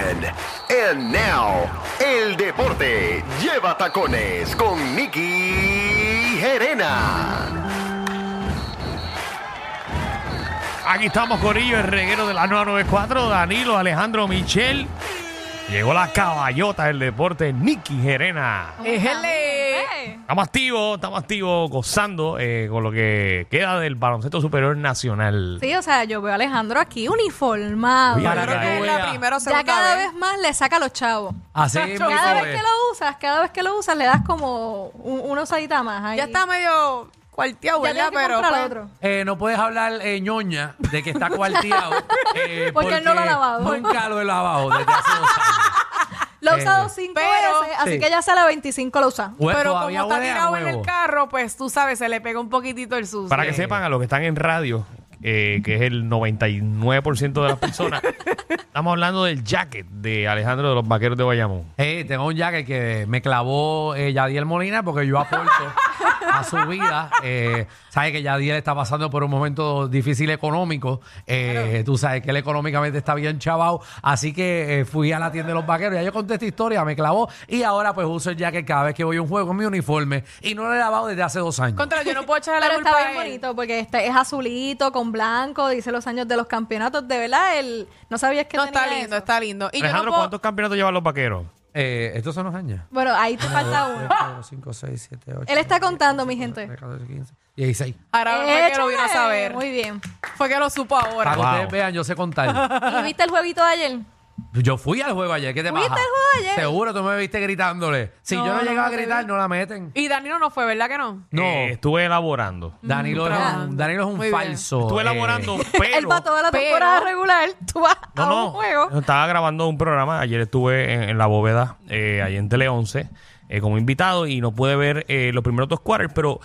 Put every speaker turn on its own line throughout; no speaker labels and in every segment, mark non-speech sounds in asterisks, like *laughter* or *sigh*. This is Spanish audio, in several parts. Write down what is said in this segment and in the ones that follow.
And, and now, el deporte lleva tacones con Nicky Gerena.
Aquí estamos, Corillo, el reguero de la 994, Danilo, Alejandro, Michel. Llegó la caballota del deporte, Nicky Gerena.
Ejele.
Estamos activos, estamos activos, gozando eh, con lo que queda del baloncesto superior nacional.
Sí, o sea, yo veo a Alejandro aquí uniformado.
Oye, Claro
Claro
que
que es
vea.
la primera o
ya
segunda
cada
vez.
vez más le saca a los chavos.
Así
Chacho,
mismo
Cada
Eso
vez
es.
que lo usas, cada vez que lo usas, le das como un- una usadita más. Ahí.
Ya está medio cuarteado,
Ya
¿verdad?
tienes que
Pero
comprar
pues,
otro.
Eh, no puedes hablar eh, ñoña de que está cuarteado.
*laughs*
eh,
Porque él no lo ha lavado.
Nunca lo he lavado desde hace dos años.
Lo ha
Eh,
usado cinco
pero-
veces, así
sí.
que ya sale a 25 lo usa.
Hue-
pero como
Pues, todavía
está
huele a
tirado en
huevo.
el carro, pues tú sabes, se le pega un poquitito el sucio.
Para que
Sí.
sepan a los que están en radio, eh, que es el 99% de las personas, estamos hablando del jacket de Alejandro de los Vaqueros de Bayamón.
Eh, tengo un jacket que me clavó eh, Yadiel Molina porque yo aporto a su vida. Eh, sabes que Yadiel está pasando por un momento difícil económico. Eh, Tú sabes que él económicamente está bien chavado. Así que eh, fui a la tienda de los vaqueros. Ya yo conté esta historia, me clavó. Y ahora pues uso el jacket cada vez que voy a un juego en mi uniforme. Y no lo he lavado desde hace dos años.
Contra, yo no puedo echarle la
Pero
culpa
está bien
a él.
bonito porque este es azulito, con blanco, dice los años de los campeonatos. De verdad, él no sabías que
No, está
tenía
lindo,
eso.
está lindo. Y
Alejandro,
yo no
¿cuántos
puedo...
campeonatos llevan los Vaqueros?
Eh, estos son los años.
Bueno, ahí te falta
Ah.
*laughs* uno.
5, 6, 7, 8.
Él está contando, mi gente.
15, 16.
Ahora fue que lo vino a
Échale.
saber.
Muy *laughs* bien.
Fue que lo supo
Para
ahora.
que
Wow.
ustedes vean, yo sé contar.
¿Y viste el jueguito de ayer?
Yo fui al juego ayer, ¿qué te pasa?
¿Fuiste al juego ayer?
Seguro tú me viste gritándole. Si
No,
yo no
no,
llegaba
no
a
te
gritar,
vi.
no la meten.
Y Danilo no fue, ¿verdad que no?
No,
Eh, estuve elaborando.
Danilo, es
trabajando.
un, Danilo es un
Muy bien.
falso.
Estuve
eh, *laughs*
elaborando, pero...
él va toda la
pero-
temporada regular, *laughs* tú vas
No,
a un
no,
juego.
yo Estaba grabando un programa. Ayer estuve en, en la bóveda, eh, ahí en Tele 11, eh, como invitado y no pude ver eh, los primeros dos quarters, pero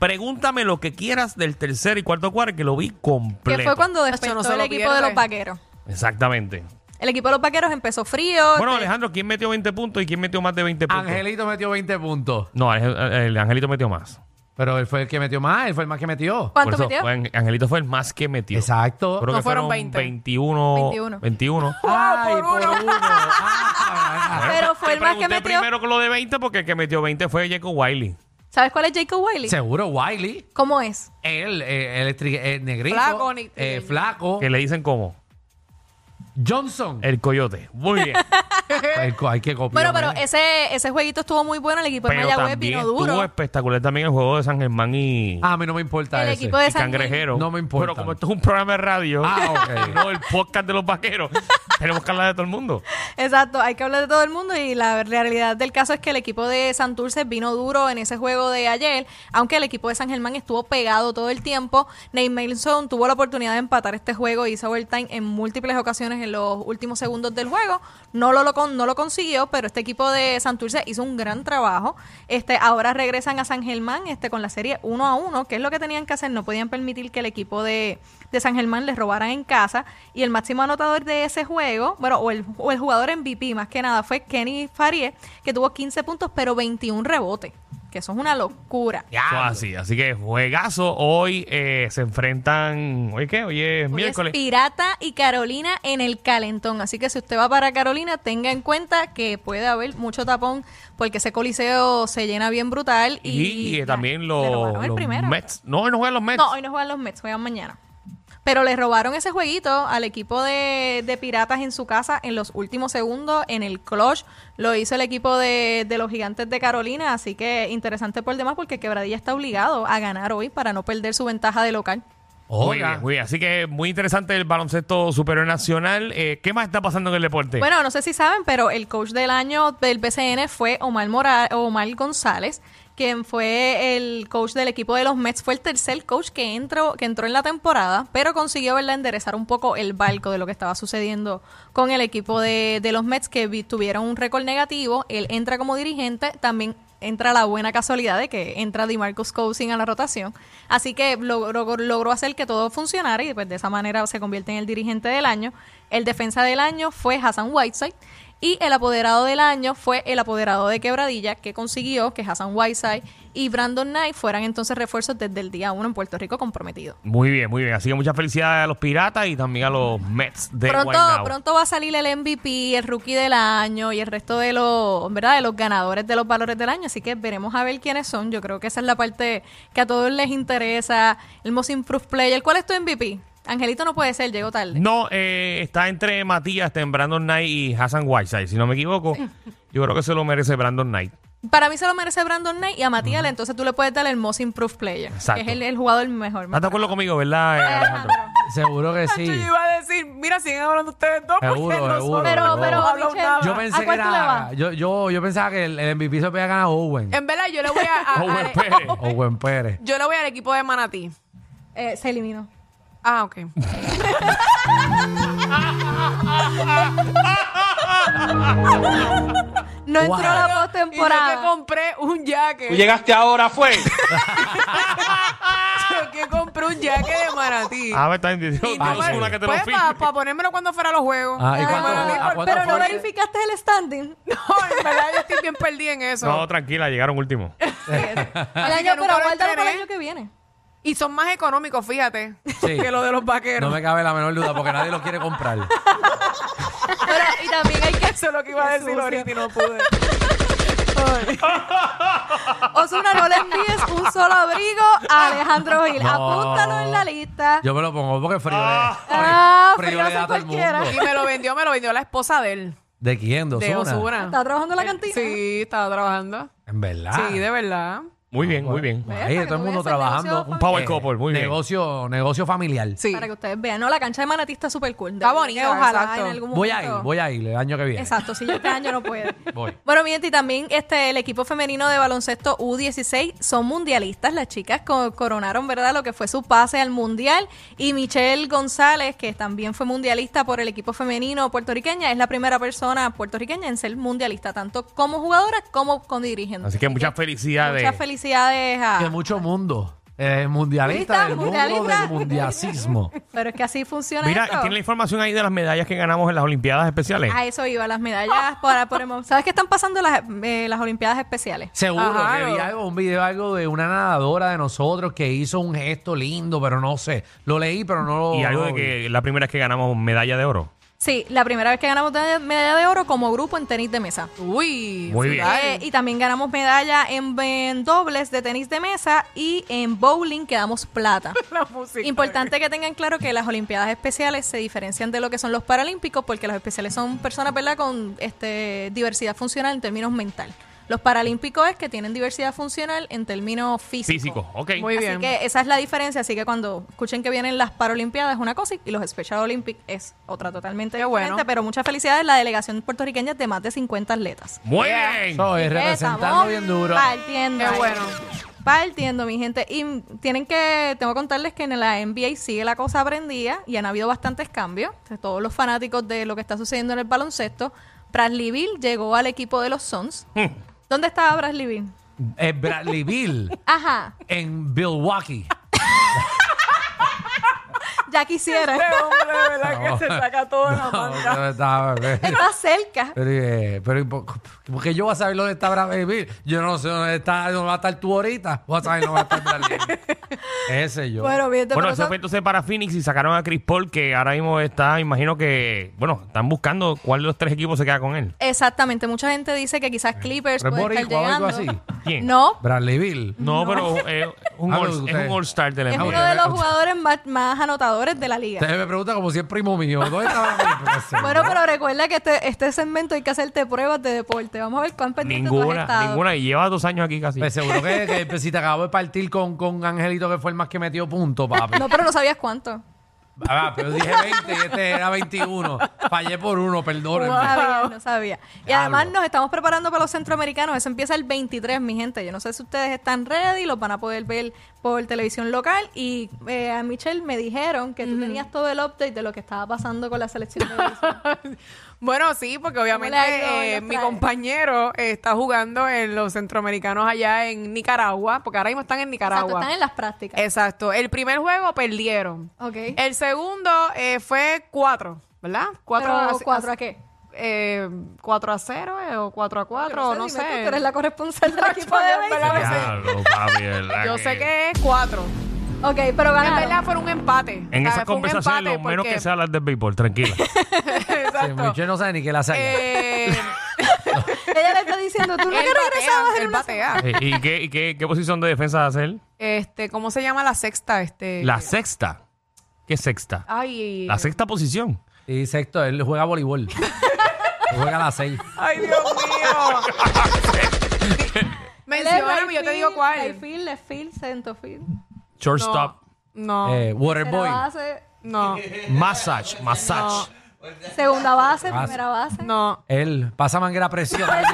pregúntame lo que quieras del tercer y cuarto quarter, que lo vi completo.
Que fue cuando
Nacho,
despertó
no se
el
lo
equipo
pierde.
de los vaqueros.
Exactamente.
El equipo de los vaqueros empezó frío.
Bueno,
este,
Alejandro, ¿quién metió 20 puntos y quién metió más de 20 puntos?
Angelito metió 20 puntos.
No, el, el Angelito metió más.
Pero él fue el que metió más, él fue el más que metió.
¿Cuánto
Por eso,
metió?
fue Ang- Angelito fue el más que metió.
Exacto.
Creo
No
que
fueron
fueron
20.
21.
21.
21.
Ay,
por uno.
Ah,
*laughs* Pero fue
Te
el más que
pregunté
metió.
primero con lo de 20 porque el que metió 20 fue Jacob Wiley.
¿Sabes cuál es Jacob Wiley?
Seguro, Wiley.
¿Cómo es?
Él, eh, él es tri- eh, negrito.
Flaco, ni-
eh, flaco.
Que le dicen como
Johnson.
el coyote. Muy
*laughs*
bien.
*laughs*
El co- hay que copiar.
Bueno, pero
¿eh?
ese, ese jueguito estuvo muy bueno. El equipo de
Pero
Mayagüez
también
vino
estuvo
duro.
espectacular también el juego de San Germán y,
Ah, a mí no me importa
El
ese.
equipo de-
y
San Germán.
Cangrejero.
No me importa.
Pero como esto es un programa de radio,
Ah, ok.
*laughs* no el podcast de los
*laughs*
vaqueros, tenemos que hablar de todo el mundo.
Exacto, hay que hablar de todo el mundo y la realidad del caso es que el equipo de Santurce vino duro en ese juego de ayer, aunque el equipo de San Germán estuvo pegado todo el tiempo. Nate Mason tuvo la oportunidad de empatar este juego y hizo overtime en múltiples ocasiones en los últimos segundos del juego. No lo, lo con- no lo consiguió, pero este equipo de Santurce hizo un gran trabajo. Este, ahora regresan a San Germán este, con la serie 1 a 1, que es lo que tenían que hacer. No podían permitir que el equipo de, de San Germán les robaran en casa. Y el máximo anotador de ese juego, bueno, o el, o el jugador MVP más que nada, fue Kenny Farie, que tuvo 15 puntos, pero 21 rebotes. Que eso es una locura.
Eso así, así que juegazo. Hoy eh, se enfrentan. ¿Hoy qué? Hoy es
Hoy es
miércoles.
Pirata y Carolina en el calentón. Así que si usted va para Carolina, tenga en cuenta que puede haber mucho tapón porque ese coliseo se llena bien brutal. Y,
Y, eh, también
le
los,
robaron el
los
primero.
Mets. No, hoy no juegan los Mets.
No, hoy no juegan los Mets, juegan mañana. Pero le robaron ese jueguito al equipo de, de Piratas en su casa en los últimos segundos, en el clutch. Lo hizo el equipo de, de los Gigantes de Carolina, así que interesante por demás porque Quebradilla está obligado a ganar hoy para no perder su ventaja de local.
Muy
Oiga.
bien, muy bien. Así que muy interesante el baloncesto superior nacional. Eh, ¿Qué más está pasando en el deporte?
Bueno, no sé si saben, pero el coach del año del BCN fue Omar, Mora- Omar González, quien fue el coach del equipo de los Mets. Fue el tercer coach que entró, que entró en la temporada, pero consiguió ¿verdad? enderezar un poco el barco de lo que estaba sucediendo con el equipo de, de los Mets, que vi- tuvieron un récord negativo. Él entra como dirigente, también entra la buena casualidad de que entra DeMarcus Cousin a la rotación. Así que logró, logró hacer que todo funcionara y pues de esa manera se convierte en el dirigente del año. El defensa del año fue Hassan Whiteside y el apoderado del año fue el apoderado de Quebradilla que consiguió que Hassan Whiteside y Brandon Knight fueran entonces refuerzos desde el día uno en Puerto Rico comprometidos.
Muy bien, muy bien. Así que muchas felicidades a los Piratas y también a los Mets de
Pronto,
Guaynabo.
pronto va a salir el MVP, el rookie del año y el resto de los, ¿verdad? de los ganadores de los valores del año. Así que veremos a ver quiénes son. Yo creo que esa es la parte que a todos les interesa. El Most Improved Player. ¿Cuál es tu MVP? Angelito no puede ser, llegó tarde.
No, eh, está entre Matías, en Brandon Knight y Hassan Whiteside. Si no me equivoco, yo creo que se lo merece Brandon Knight.
Para mí se lo merece Brandon Knight y a Matías, entonces tú le puedes dar el Most Improved Player,
Exacto.
que es el, el jugador mejor.
¿Estás de acuerdo conmigo, verdad, eh, Alejandro?
Seguro que
Yo
sí.
iba a decir, mira, siguen hablando ustedes dos. porque
Seguro,
nosotros
seguro,
Pero,
seguro.
no
pero,
hablamos
Michelle,
nada.
Yo
¿a
pensé que
cuál tú le Eh,
era.
vas?
Yo, yo, yo pensaba que el, el MVP se lo podía ganar a Owen.
En verdad, yo le voy
*laughs*
a. a-
Owen
a-
Pérez.
Owen Pérez.
yo le voy al equipo de Manatí.
Eh, se eliminó.
Ah, ok.
No
Wow.
entró a la
Y yo que
postemporada.
compré un jacket.
Tú
*laughs*
llegaste ahora, fue.
Yo que compré un jacket de Manatí.
Ah, me está entendiendo.
Y
Ah,
no me-
es una que te lo
pues
firme.
para ponérmelo cuando fuera a los juegos.
Ah, ¿y
De
cuánto-
Manatí,
a
por-
cuánto
Pero no
fue?
verificaste el standing.
No, en verdad yo estoy bien perdida en eso.
No, tranquila, llegaron últimos.
El
Así
año,
que nunca
pero
lo
guárdalo para el
enteré.
año que viene.
Y son más económicos, fíjate,
Sí.
que lo de los vaqueros.
No me cabe la menor duda porque nadie lo quiere comprar.
Pero, y también hay que.
Eso es lo que iba a
Qué
decir
sucio.
ahorita y no pude.
Osuna, no le envíes un solo abrigo a Alejandro Gil.
No.
Apúntalo en la lista.
Yo me lo pongo porque frío le-
Ah,
frío
frío
le
hace
da a todo el
cualquiera.
mundo.
Y me lo vendió, me lo vendió la esposa de él.
¿De quién? ¿De
De
Ozuna?
Osuna.
¿Está trabajando en la cantina?
Sí, estaba trabajando.
En verdad.
Sí, de verdad.
Muy bien, muy bien.
Ahí
Para que
todo el
tú
mundo
veas el
trabajando. Eh,
negocio
Un power couple, muy bien.
negocio, Negocio familiar.
Sí.
Para que ustedes vean. No, la cancha de Manatí está súper cool. De
Está
verdad
bonita,
que ojalá
exacto.
en algún
Voy a ir,
momento-
voy a ir el año que viene.
Exacto, si yo este año
*laughs*
no puede.
Voy.
Bueno, mi gente, y también este, el equipo femenino de baloncesto U16 son mundialistas. Las chicas co- coronaron, ¿verdad?, lo que fue su pase al mundial. Y Michelle González, que también fue mundialista por el equipo femenino puertorriqueña, es la primera persona puertorriqueña en ser mundialista, tanto como jugadora como con dirigente.
Así que eh, muchas felicidades.
Muchas felicidades a.
De mucho mundo. Eh, mundialista
Mundialista,
del mundo
mundialista.
del mundiacismo.
Pero es que así funciona.
Mira,
esto.
tiene la información ahí de las medallas que ganamos en las Olimpiadas Especiales.
A eso iba, las medallas para por el mom- ¿Sabes qué están pasando las, eh, las Olimpiadas Especiales?
Seguro
Ajá,
que vi
lo-
algo, un video algo de una nadadora de nosotros que hizo un gesto lindo, pero no sé. Lo leí, pero no lo.
Y algo
no
de
lo vi.
que la primera vez que ganamos medalla de oro.
Sí, la primera vez que ganamos de- medalla de oro como grupo en tenis de mesa.
Uy.
Muy
sí,
bien.
dale.
Eh, y también ganamos medalla en, en dobles de tenis de mesa y en bowling quedamos plata.
La música.
Importante que tengan claro que las Olimpiadas Especiales se diferencian de lo que son los Paralímpicos porque los especiales son personas ¿verdad? con este, diversidad funcional en términos mental. Los Paralímpicos es que tienen diversidad funcional en términos físicos.
Físico, ok.
Muy
así
bien.
que esa es la diferencia. Así que cuando escuchen que vienen las Paralimpiadas es una cosa y los Special Olympics es otra totalmente
Qué
diferente.
bueno.
Pero muchas felicidades la delegación puertorriqueña de más de 50 atletas.
Muy
Yeah.
bien.
Eso es representarlo
Estamos
bien duro.
Partiendo.
Qué bueno.
Partiendo, mi gente. Y tienen que, tengo que contarles que en la NBA sigue la cosa prendida y han habido bastantes cambios. De todos los fanáticos de lo que está sucediendo en el baloncesto. Bradley Bill llegó al equipo de los Suns.
Mm.
¿Dónde estaba Bradley Bill?
Eh, Bradley Bill
Ajá,
en Milwaukee.
ya
*laughs*
quisiera.
Este hombre, de verdad, que se saca todo de la
No,
manga.
no estaba, pero,
Está cerca.
pero, eh, pero, porque yo voy a saber dónde está Bradley Bill. Yo no sé dónde está, dónde va a estar tú ahorita. Voy a saber dónde va a estar Bradley Bill. Ese yo.
Bueno, bien,
Bueno, eso fue entonces para Phoenix y sacaron a Chris Paul, que ahora mismo está, imagino que, bueno, están buscando cuál de los tres equipos se queda con él.
Exactamente, mucha gente dice que quizás Clippers
¿Pero es
puede estar
boricua o algo
llegando.
así?
¿Quién?
No,
Bradley Bill.
No, pero
*laughs*
eh, un
Ah,
all-
pero
es
ustedes-
un All-Star de la
es
no,
uno
porque-
de los jugadores más, más anotadores de la liga.
Ustedes me preguntan como si es primo mío. ¿Dónde está Pues Bradley Bill?
Bueno, pero recuerda que este, este segmento hay que hacerte pruebas de deporte. Vamos a ver cuán pendiente tú has
Ninguna,
estado.
ninguna. Y lleva dos años aquí casi.
Pues seguro que, que, pues, si te acabo de partir con, con Angelito, que fue el más que metió punto, papi.
No, pero no sabías cuánto.
Ah, pero dije 20 y este era 21. Fallé por uno,
No
perdónenme.
sabía, no sabía. Y
Diablo.
además nos estamos preparando para los centroamericanos. Eso empieza el 23, mi gente. Yo no sé si ustedes están ready, los van a poder ver por televisión local. Y eh, a Michelle me dijeron que tú tenías todo el update de lo que estaba pasando con la selección de Venezuela.
Bueno, sí, porque obviamente
¿Cómo le ha ido?
eh,
Nos
mi
trae.
compañero eh, está jugando en los centroamericanos allá en Nicaragua, porque ahora mismo están en
Exacto,
Nicaragua. Eh,
están en las prácticas.
Exacto. El primer juego perdieron.
ok.
El segundo eh, fue cuatro, ¿verdad? Cuatro,
Pero,
a-
¿cuatro a qué?
eh, 4 a 0 eh, o 4 a 4, o no
dime tú,
sé.
tú eres la corresponsal
*laughs*
del equipo de
yo en verdad
béisbol.
Diablo, papi, ¿verdad
Yo sé que es 4.
Ok, pero
En
ganaron.
verdad fue un empate.
En
O
esas
sea, fue un
conversaciones, lo
empate
menos
porque-
que
*laughs*
sea las del béisbol, tranquila.
Sí,
Exacto.
Michelle no sabe ni qué la
*laughs*
saca.
Eh,
*laughs* Ella le está diciendo, tú
él
nunca regresabas
batea,
en
él
una...
batea.
Eh, ¿Y, qué, y qué, qué posición de defensa va a hacer?
Este, ¿cómo se llama la sexta? Este.
La sexta. ¿Qué sexta?
Ay.
La sexta posición.
Y sexto, él juega voleibol. Él juega a las seis.
Ay, Dios *laughs* mío. Mencióname, pues yo te digo cuál.
Layfield, Leftfield, Centofield.
Shortstop.
No.
Primera
Eh, Waterboy.
base,
No.
Eh. Massage. Massage.
segunda base,
Base.
primera base.
No.
Él pasa manguera a presión.
Pues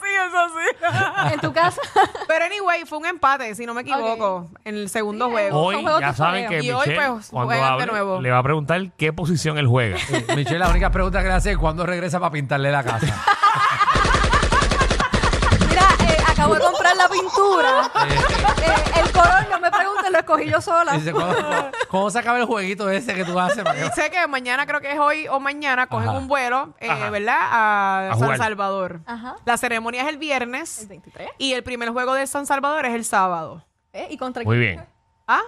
sí, eso sí.
En tu casa. *laughs*
Pero anyway, fue un empate, si no me equivoco, en el segundo juego.
Hoy
son juegos
ya
de
saben que
fogueo. Y hoy,
Michelle,
pues,
cuando
juegan de
hable,
nuevo.
le va a preguntar qué posición él
*laughs*
juega.
Eh, Michelle, la única pregunta que le hace es cuándo regresa para pintarle la casa.
Mira, eh, acabo de comprar la pintura. Eh, el color, no me pregunten, lo escogí yo sola.
Y dice, ¿cómo, cómo se acaba el jueguito ese que tú haces? para que-
Sé que mañana, creo que es hoy o mañana, cogen
Ajá.
un vuelo, eh,
Ajá.
¿verdad? A,
A
San
jugar.
Salvador.
Ajá.
La ceremonia es el viernes
El 23.
y el primer juego de San Salvador es el sábado.
Eh, ¿Y contra
Muy
quién
bien.
¿Ah?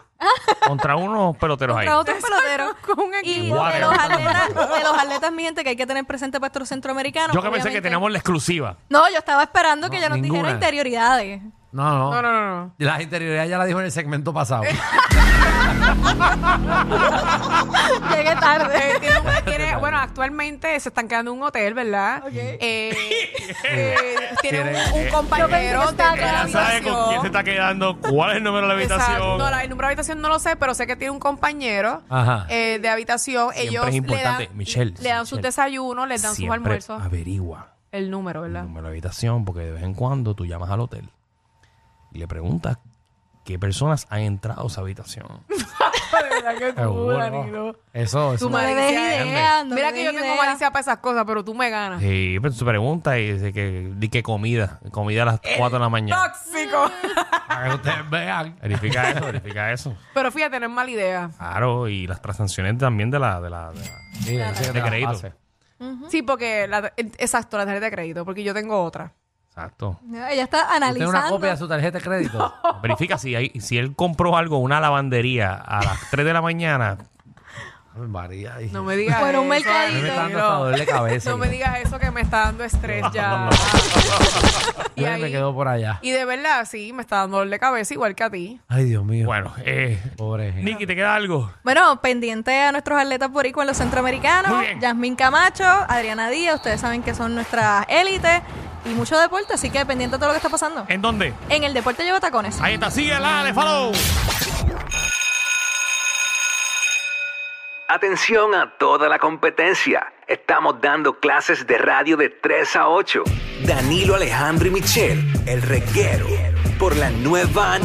Contra unos peloteros ahí.
Contra otros peloteros.
*laughs* Con
Y
un
de
equipo.
los,
Water.
atletas, de los atletas, mi gente, que hay que tener presente para estos centroamericanos.
Yo que pensé que
obviamente-
teníamos la exclusiva.
No, yo estaba esperando que
No,
ya nos
ninguna.
dijera interioridades.
No, no.
No, no, no, no.
Las interioridades ya la dijo en el segmento pasado.
Llegué tarde.
*laughs* Eh,
*laughs*
tiene un- tiene- bueno, actualmente se están quedando en un hotel, ¿verdad? Eh, eh, tienen un- un,
Tiene-
compañero de
estaba
Ella sabe con quién se está quedando, cuál es el número de la
Exacto.
habitación.
No, la- el número de habitación no lo sé, pero sé que tiene un compañero
Ajá.
eh, de habitación.
Siempre
Ellos
es importante,
le dan,
Michelle,
le dan
Michelle.
sus desayunos, les dan sus
Siempre Mm.
almuerzos.
averigua
El número, ¿verdad?
el *laughs* número de habitación porque de vez en cuando tú llamas al hotel y le preguntas qué personas han entrado a esa habitación.
Seguro. Eso, eso.
Tu madre.
No me des
Malicia,
idea, no
Mira
me
que yo
des
tengo
idea.
malicia para esas cosas, pero tú me ganas.
Y pues, tú preguntas y dice que, di que comida, comida a las 4 de la mañana.
Tóxico.
*laughs*
Para que ustedes vean.
Verifica eso, verifica eso.
pero fíjate, no es mala idea.
Claro, y las transacciones también de la... De la, de la-
Sí, sí,
De
te la
crédito.
pase.
Sí, porque la- exacto, la tarjeta de crédito, porque yo tengo otra.
Exacto.
Ella está
¿Usted una
analizando.
copia de su tarjeta de crédito?
Verifica si, hay, si él compró algo, una lavandería, a las *laughs* 3 de la mañana.
Ay, María. ay.
No me digas
Bueno, un
eso. ay,
A mí me
mercadito.
está dando
no.
hasta dolor de cabeza.
No me digas eso que me está dando estrés ya. y,
Yo
ahí-
me quedo por allá.
y de verdad, sí, me está dando dolor de cabeza igual que a ti.
Ay, Dios mío.
Bueno, eh,
Pobre gente.
Nicky, ¿te queda algo?
Bueno, pendiente a nuestros atletas boricuas, los centroamericanos,
Muy bien.
Yasmín Camacho, Adriana Díaz, ustedes saben que son nuestras élites y mucho deporte, así que pendiente de todo lo que está pasando.
¿En dónde?
En el deporte lleva tacones.
Ahí está, síguela, de follow.
Atención a toda la competencia. Estamos dando clases de radio de 3 a 8. Danilo Alejandro y Michelle, el reguero, por la nueva